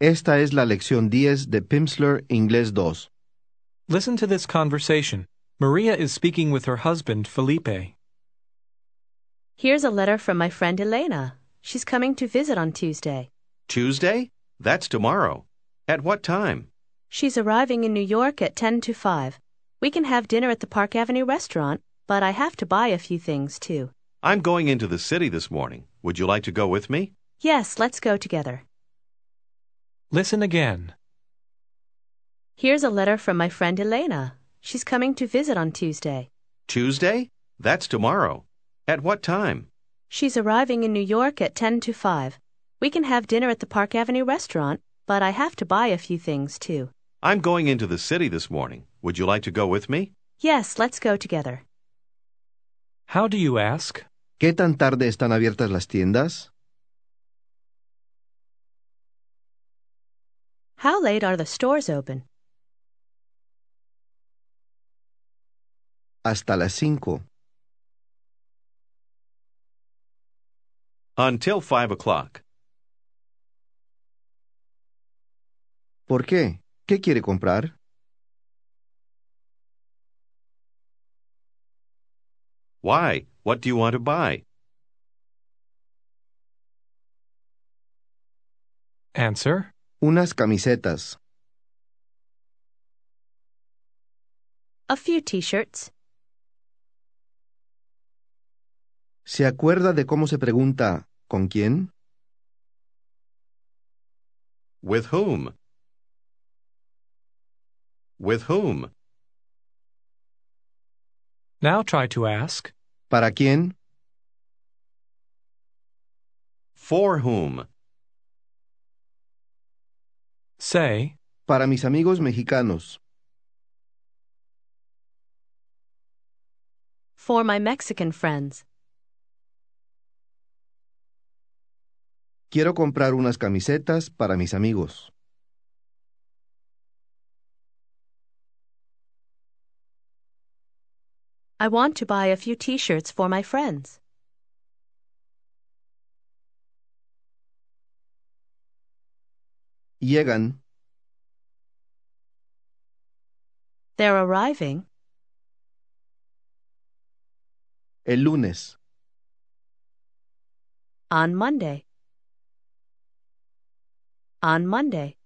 Esta es la lección 10 de Pimsleur Inglés 2. Listen to this conversation. Maria is speaking with her husband, Felipe. Here's a letter from my friend Elena. She's coming to visit on Tuesday. Tuesday? That's tomorrow. At what time? She's arriving in New York at 10 to 5. We can have dinner at the Park Avenue restaurant, but I have to buy a few things too. I'm going into the city this morning. Would you like to go with me? Yes, let's go together. Listen again. Here's a letter from my friend Elena. She's coming to visit on Tuesday. Tuesday? That's tomorrow. At what time? She's arriving in New York at 10 to 5. We can have dinner at the Park Avenue restaurant, but I have to buy a few things too. I'm going into the city this morning. Would you like to go with me? Yes, let's go together. How do you ask? ¿Qué tan tarde están abiertas las tiendas? How late are the stores open? Hasta las 5. Until 5 o'clock. ¿Por qué? ¿Qué quiere comprar? Why? What do you want to buy? Answer. Unas camisetas. A few t shirts. ¿Se acuerda de cómo se pregunta ¿con quién? With whom? With whom? Now try to ask. ¿Para quién? For whom? Say, Para mis amigos mexicanos. For my Mexican friends. Quiero comprar unas camisetas para mis amigos. I want to buy a few t shirts for my friends. Llegan. They're arriving El lunes. on Monday. On Monday.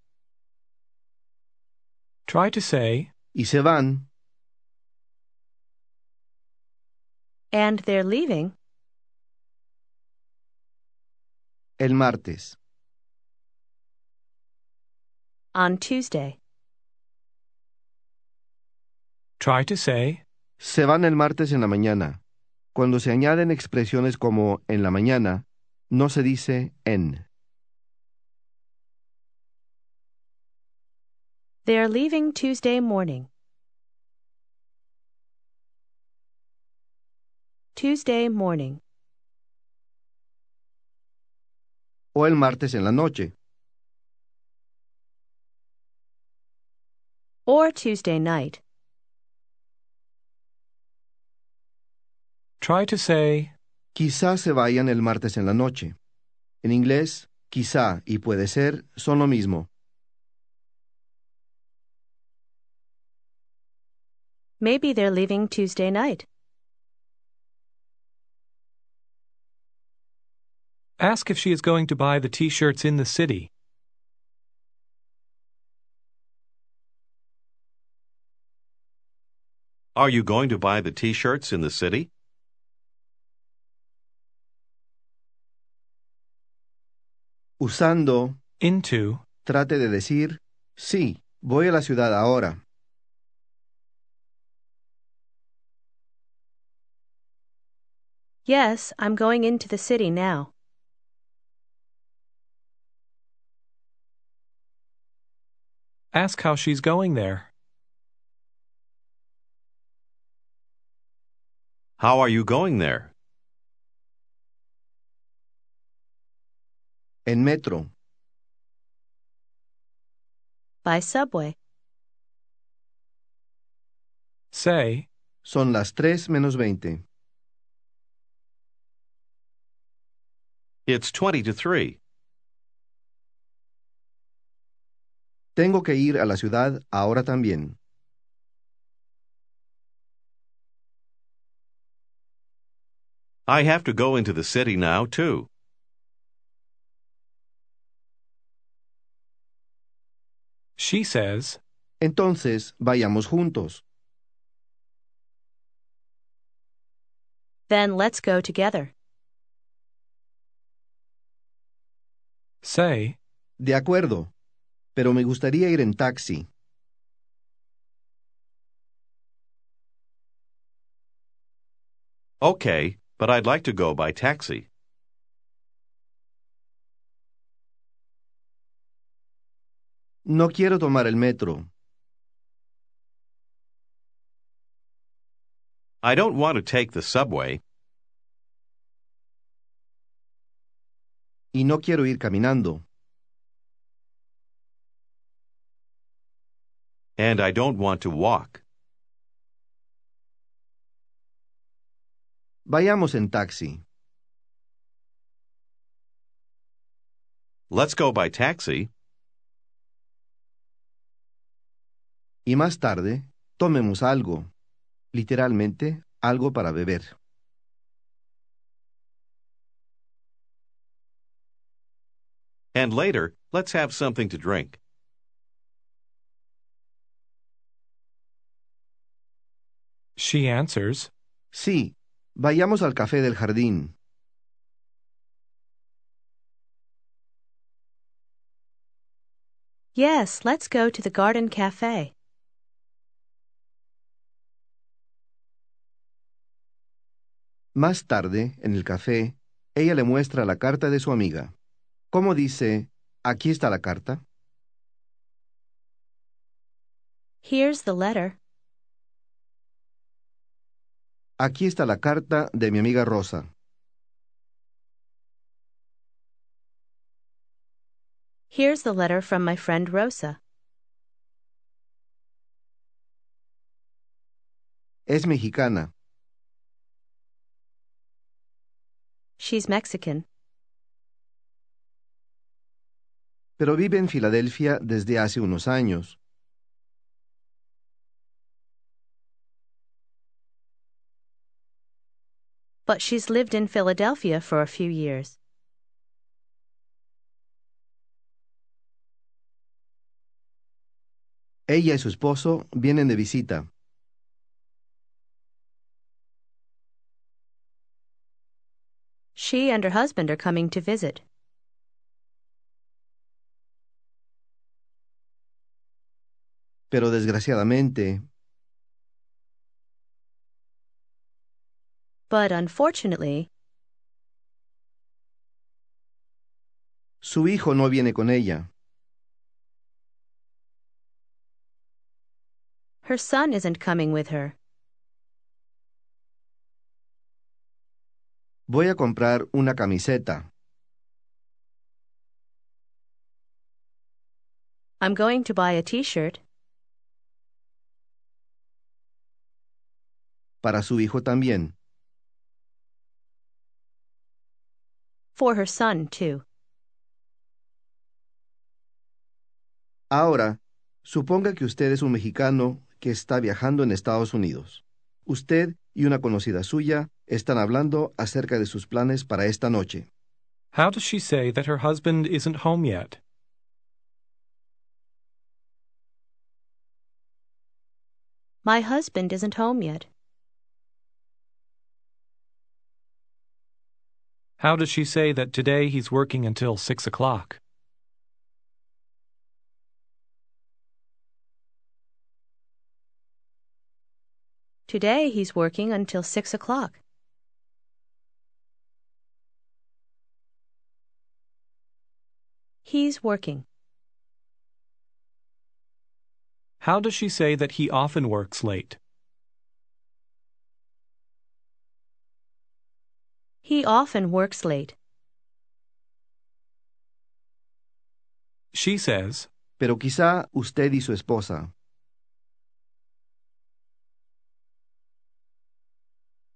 try to say, Y se van. And they're leaving El martes. on Tuesday. try to say, Se van el martes en la mañana. Cuando se añaden expresiones como en la mañana, no se dice en. They're leaving Tuesday morning. Tuesday morning. O el martes en la noche. Or Tuesday night. try to say, Quizá se vayan el martes en la noche. En inglés, quizá y puede ser son lo mismo. Maybe they're leaving Tuesday night. ask if she is going to buy the t shirts in the city. Are you going to buy the t shirts in the city? Usando, Into, trate de decir, sí, voy a la ciudad ahora. Yes, I'm going into the city now. ask how she's going there. How are you going there? En metro. By subway. Say, Son las 3 menos 20. It's 20 to 3. Tengo que ir a la ciudad ahora también. I have to go into the city now, too. She says, Entonces, vayamos juntos. Then let's go together. Say, De acuerdo. Pero me gustaría ir en taxi. Okay, but I'd like to go by taxi. No quiero tomar el metro. I don't want to take the subway. Y no quiero ir caminando. And I don't want to walk. Vayamos en taxi. Let's go by taxi. Y más tarde, tomemos algo. Literalmente, algo para beber. And later, let's have something to drink. she answers, Sí, vayamos al café del jardín. Yes, let's go to the garden cafe. Más tarde, en el café, ella le muestra la carta de su amiga. ¿Cómo dice, aquí está la carta? Here's the letter. Aquí está la carta de mi amiga Rosa. Here's the letter from my friend Rosa. Es mexicana. She's Mexican, pero vive en Filadelfia desde hace unos años. but she's lived in Philadelphia for a few years. Ella y su esposo vienen de visita. She and her husband are coming to visit. Pero desgraciadamente, But unfortunately, su hijo no viene con ella. her son isn't coming with her. Voy a comprar una camiseta. I'm going to buy a t shirt Para su hijo también. for her son, too. Ahora, suponga que usted es un mexicano que está viajando en Estados Unidos. Usted y una conocida suya están hablando acerca de sus planes para esta noche. How does she say that her husband isn't home yet? My husband isn't home yet. How does she say that today he's working until 6 o'clock? Today he's working until 6 o'clock. He's working. How does she say that he often works late? He often works late. She says, Pero quizá usted y su esposa.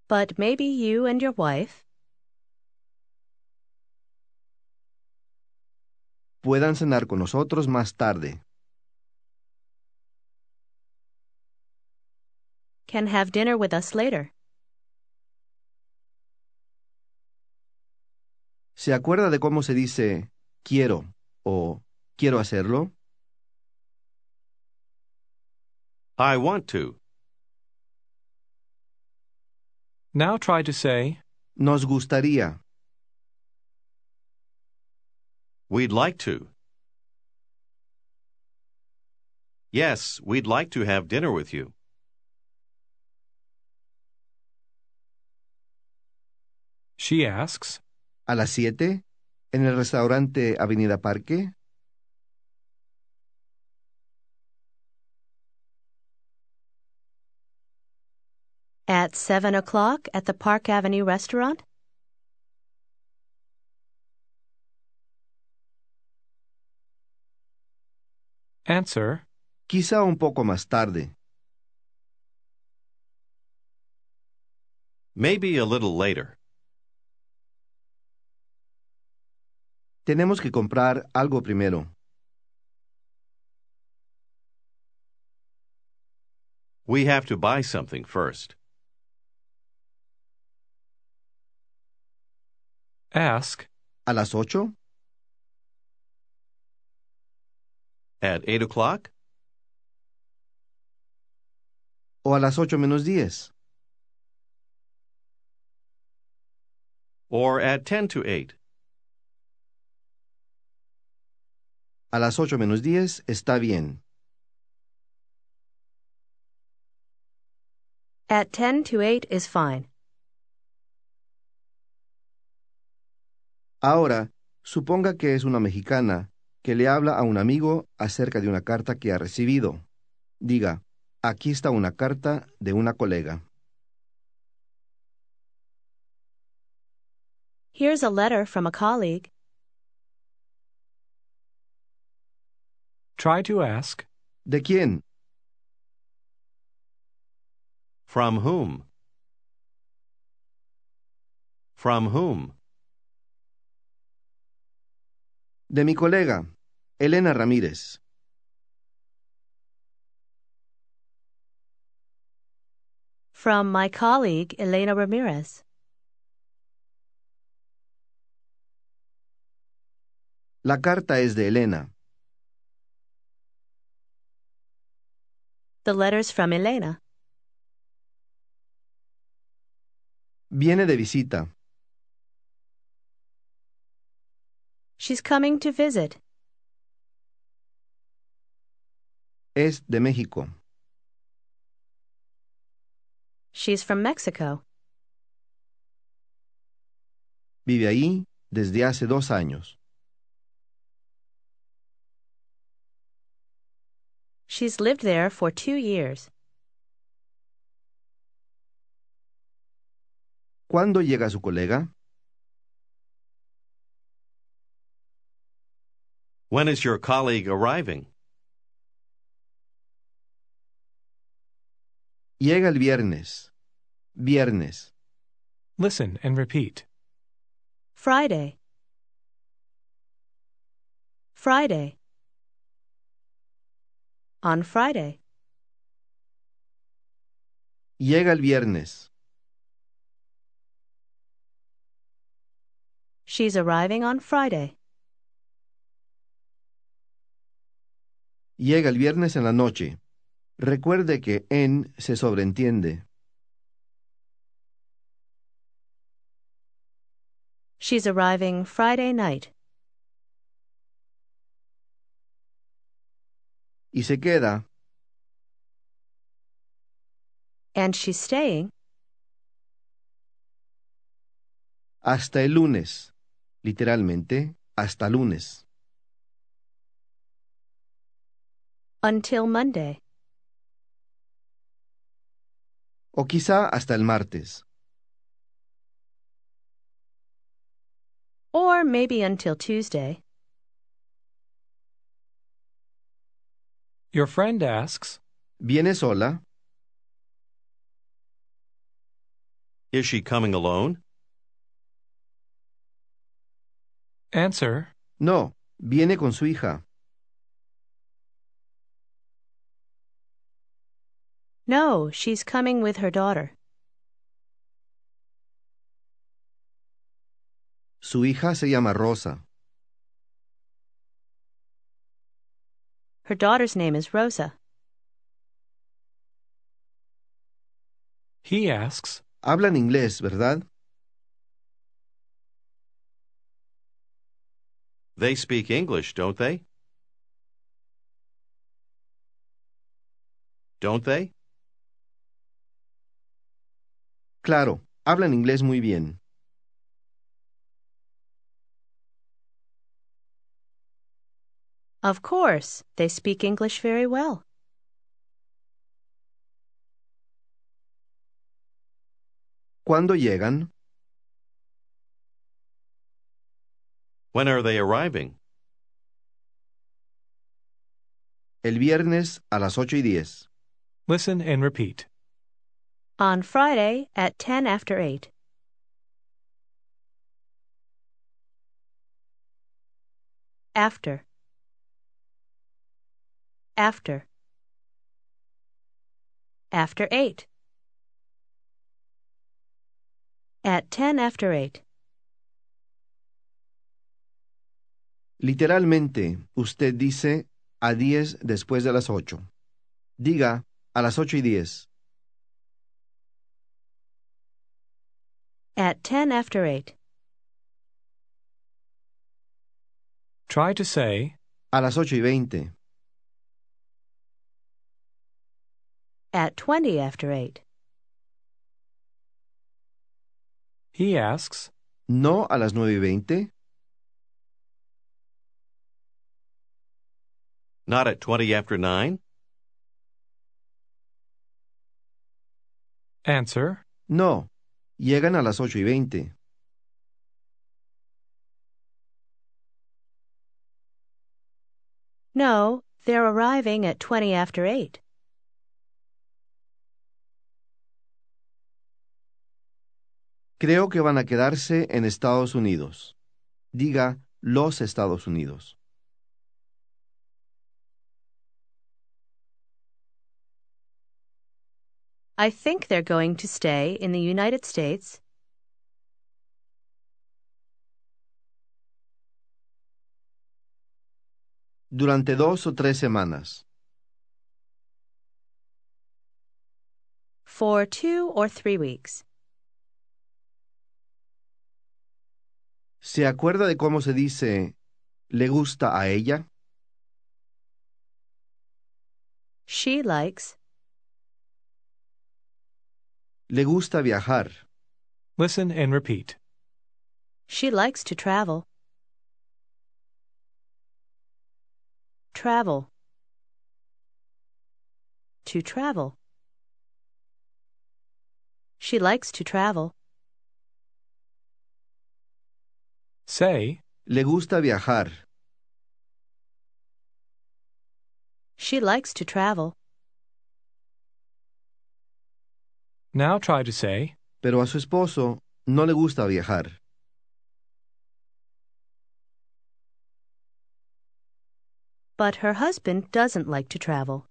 But maybe you and your wife puedan cenar con nosotros más tarde. Can have dinner with us later. ¿Se acuerda de cómo se dice quiero o quiero hacerlo? I want to. Now try to say, Nos gustaría. We'd like to. Yes, we'd like to have dinner with you. she asks, ¿A las 7? ¿En el restaurante Avenida Parque? At 7 o'clock at the Park Avenue restaurant? answer, Quizá un poco más tarde. Maybe a little later. Tenemos que comprar algo primero. We have to buy something first. ask, ¿A las 8? At 8 o'clock? ¿O a las 8 menos 10? Or at 10 to 8? A las 8 menos 10 está bien. At 10 to 8 is fine. Ahora, suponga que es una mexicana que le habla a un amigo acerca de una carta que ha recibido. Diga, aquí está una carta de una colega. Here's a letter from a colleague. try to ask, ¿De quién? From whom? From whom? De mi colega, Elena Ramírez. From my colleague Elena Ramirez. La carta es de Elena. The letter's from Elena. Viene de visita. She's coming to visit. Es de México. She's from Mexico. Vive ahí desde hace dos años. She's lived there for two years. ¿Cuándo llega su colega? When is your colleague arriving? Llega el viernes. Viernes. listen and repeat. Friday. Friday. On Friday. Llega el viernes. She's arriving on Friday. Llega el viernes en la noche. Recuerde que en se sobreentiende. She's arriving Friday night. Y se queda. And she's staying hasta el lunes, literalmente hasta lunes. until Monday. O quizá hasta el martes. Or maybe until Tuesday. Your friend asks, Viene sola, Is she coming alone? answer, no, viene con su hija. No, she's coming with her daughter. Su hija se llama Rosa. Her daughter's name is Rosa. He asks, Hablan inglés, ¿verdad? They speak English, don't they? Don't they? Claro, hablan inglés muy bien. Of course, they speak English very well. ¿Cuándo llegan? When are they arriving? El viernes a las 8 y 10. listen and repeat. On Friday at 10 after 8. After. After. After 8. At 10 after 8. Literalmente, usted dice a 10 después de las 8. Diga a las 8 y 10. At 10 after 8. Try to say, A las 8 y 20. At 20 after 8. he asks, No a las 9 y 20. Not at 20 after 9? answer, No. Llegan a las 8 y 20. No, they're arriving at 20 after 8. Creo que van a quedarse en Estados Unidos. Diga los Estados Unidos. I think they're going to stay in the United States. Durante dos o tres semanas. for two or three weeks. ¿Se acuerda de cómo se dice le gusta a ella? She likes, Le gusta viajar. listen and repeat. she likes to travel. Travel. To travel. She likes to travel. Say, Le gusta viajar. She likes to travel. now try to say, Pero a su esposo no le gusta viajar. But her husband doesn't like to travel.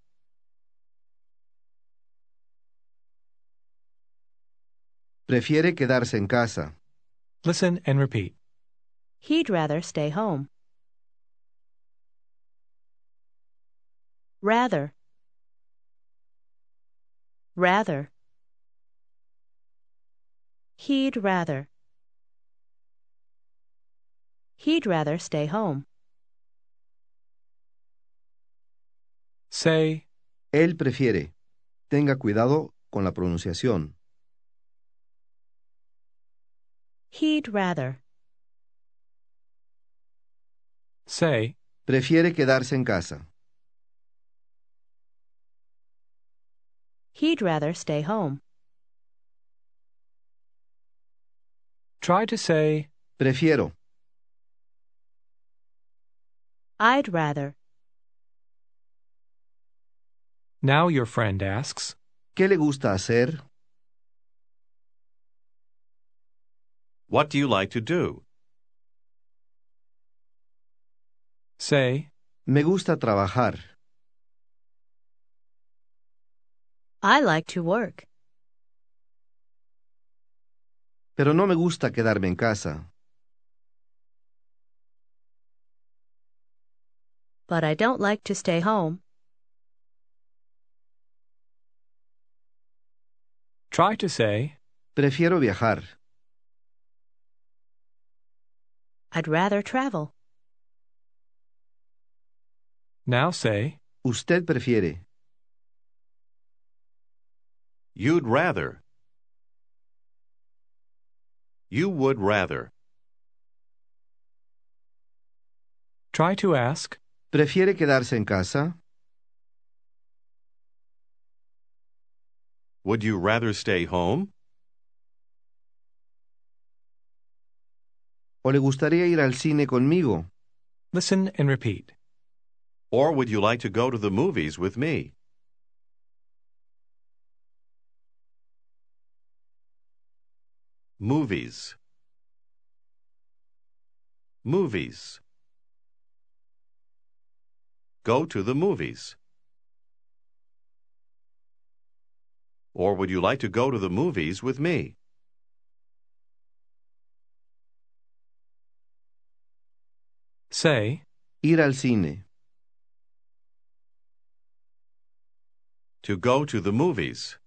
Prefiere quedarse en casa. listen and repeat. He'd rather stay home. Rather. Rather. He'd rather. He'd rather stay home. Say, Él prefiere. Tenga cuidado con la pronunciación. He'd rather. say, Prefiere quedarse en casa. He'd rather stay home. try to say, Prefiero. I'd rather. now your friend asks, ¿Qué le gusta hacer? What do you like to do? say, Me gusta trabajar. I like to work. Pero no me gusta quedarme en casa. But I don't like to stay home. Try to say, Prefiero viajar. I'd rather travel. now say, Usted prefiere. You'd rather. You would rather. try to ask, ¿Prefiere quedarse en casa? Would you rather stay home? ¿O le gustaría ir al cine conmigo? listen, and repeat. Or would you like to go to the movies with me? Movies. Movies. Go to the movies. Or would you like to go to the movies with me? Say, Ir al cine. To go to the movies.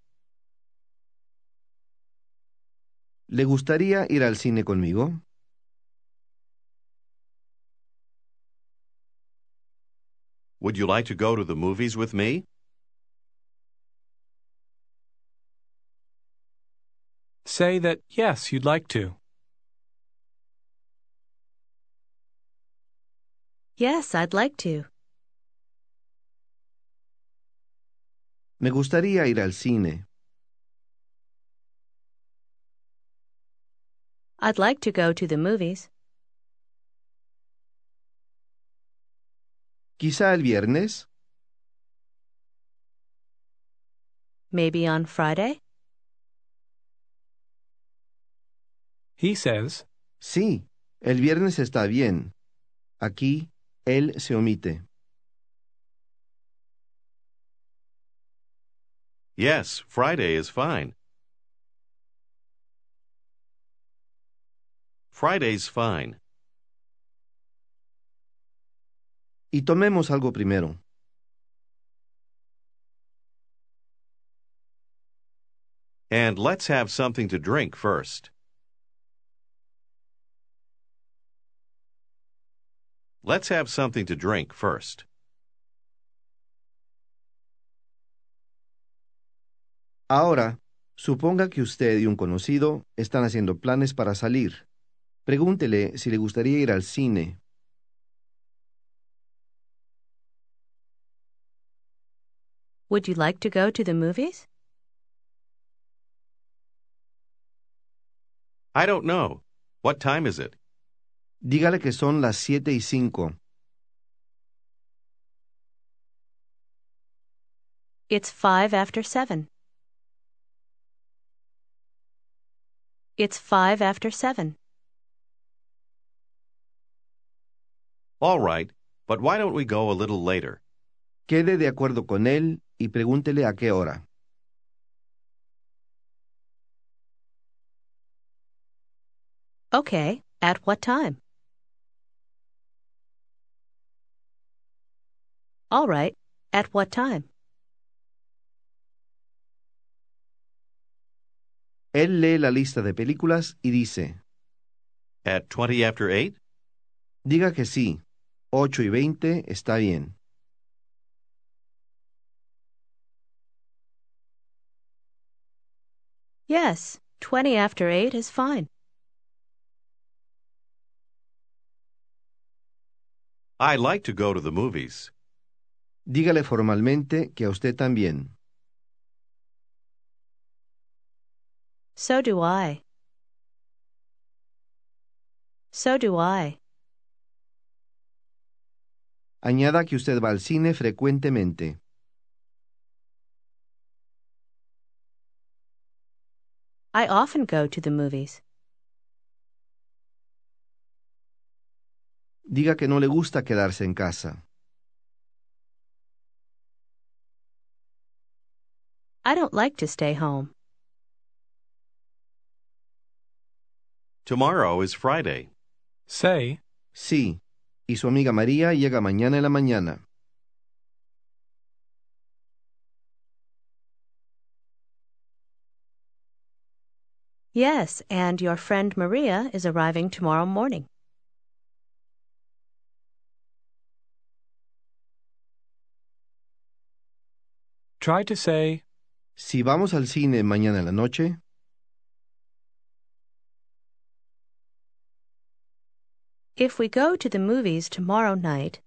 ¿Le gustaría ir al cine conmigo? Would you like to go to the movies with me? say that yes, you'd like to. Yes, I'd like to. Me gustaría ir al cine. I'd like to go to the movies. Quizá el viernes. Maybe on Friday? He says, Sí, el viernes está bien. Aquí, él se omite. Yes, Friday is fine. Friday's fine. Y tomemos algo primero. And let's have something to drink first. Let's have something to drink first. Ahora, suponga que usted y un conocido están haciendo planes para salir. Pregúntele si le gustaría ir al cine. Would you like to go to the movies? I don't know. What time is it? Dígale que son las 7 y 5. It's five after seven. It's five after seven. All right, but why don't we go a little later? Quede de acuerdo con él y pregúntele a qué hora. Okay, at what time? All right, at what time? Él lee la lista de películas y dice, At 20 after 8? diga que sí, 8 y 20 está bien. Yes, 20 after 8 is fine. I like to go to the movies. Dígale formalmente que a usted también. So do I. So do I. Añada que usted va al cine frecuentemente. I often go to the movies. Diga que no le gusta quedarse en casa. I I don't like to stay home. Tomorrow is Friday. Say, Sí. Y su amiga María llega mañana en la mañana. Yes, and your friend Maria is arriving tomorrow morning. try to say, Si vamos al cine mañana en la noche, If we go to the movies tomorrow night,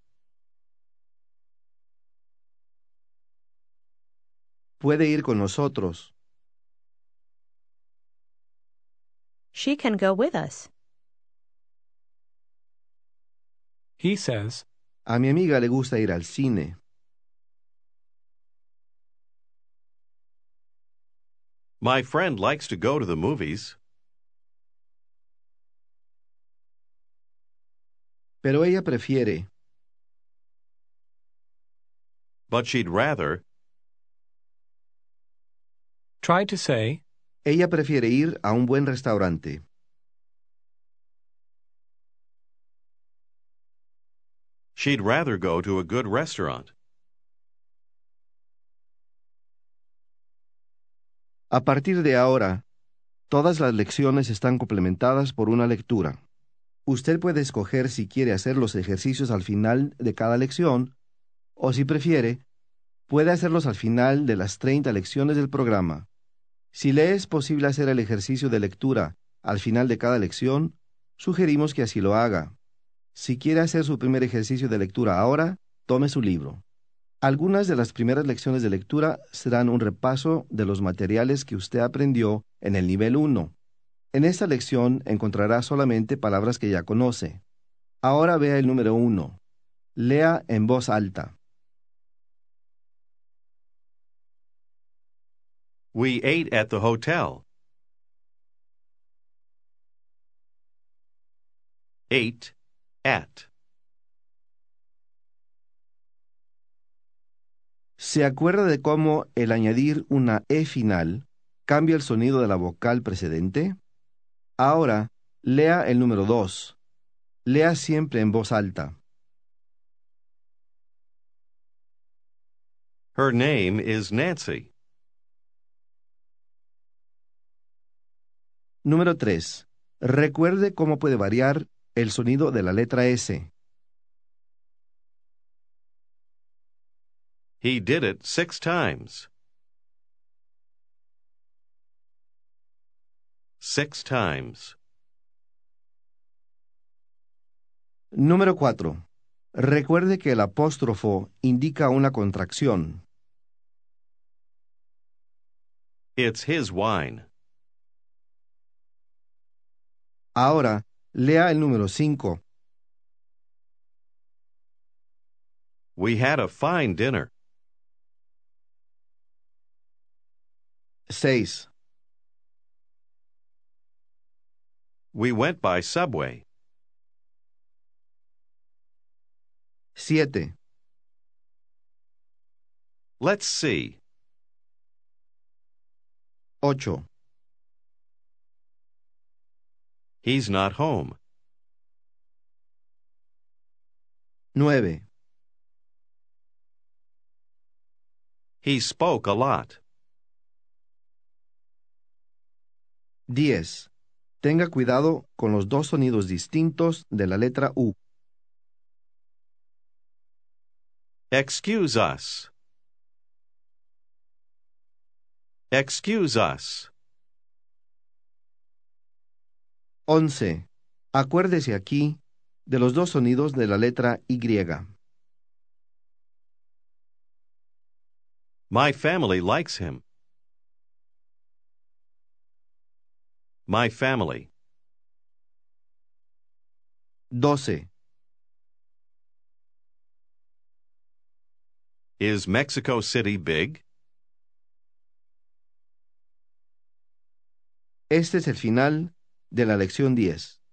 puede ir con nosotros. she can go with us. he says, A mi amiga le gusta ir al cine. My friend likes to go to the movies. Pero ella prefiere. But she'd rather. try to say, Ella prefiere ir a un buen restaurante. She'd rather go to a good restaurant. A partir de ahora, todas las lecciones están complementadas por una lectura. Usted puede escoger si quiere hacer los ejercicios al final de cada lección o si prefiere, puede hacerlos al final de las 30 lecciones del programa. Si le es posible hacer el ejercicio de lectura al final de cada lección, sugerimos que así lo haga. Si quiere hacer su primer ejercicio de lectura ahora, tome su libro. Algunas de las primeras lecciones de lectura serán un repaso de los materiales que usted aprendió en el nivel 1. En esta lección encontrará solamente palabras que ya conoce. Ahora vea el número 1. Lea en voz alta. We ate at the hotel. Ate at. ¿Se acuerda de cómo el añadir una E final cambia el sonido de la vocal precedente? Ahora, lea el número 2. Lea siempre en voz alta. Her name is Nancy. Número 3. Recuerde cómo puede variar el sonido de la letra S. He did it six times. Six times. Número 4. Recuerde que el apóstrofo indica una contracción. It's his wine. Ahora, lea el número 5. We had a fine dinner. 6. We went by subway. 7. Let's see. 8. He's not home. 9. He spoke a lot. 10. Tenga cuidado con los dos sonidos distintos de la letra U. Excuse us. Excuse us. 11. Acuérdese aquí de los dos sonidos de la letra Y. My family likes him. My family. 12. Is Mexico City big? Este es el final de la lección 10.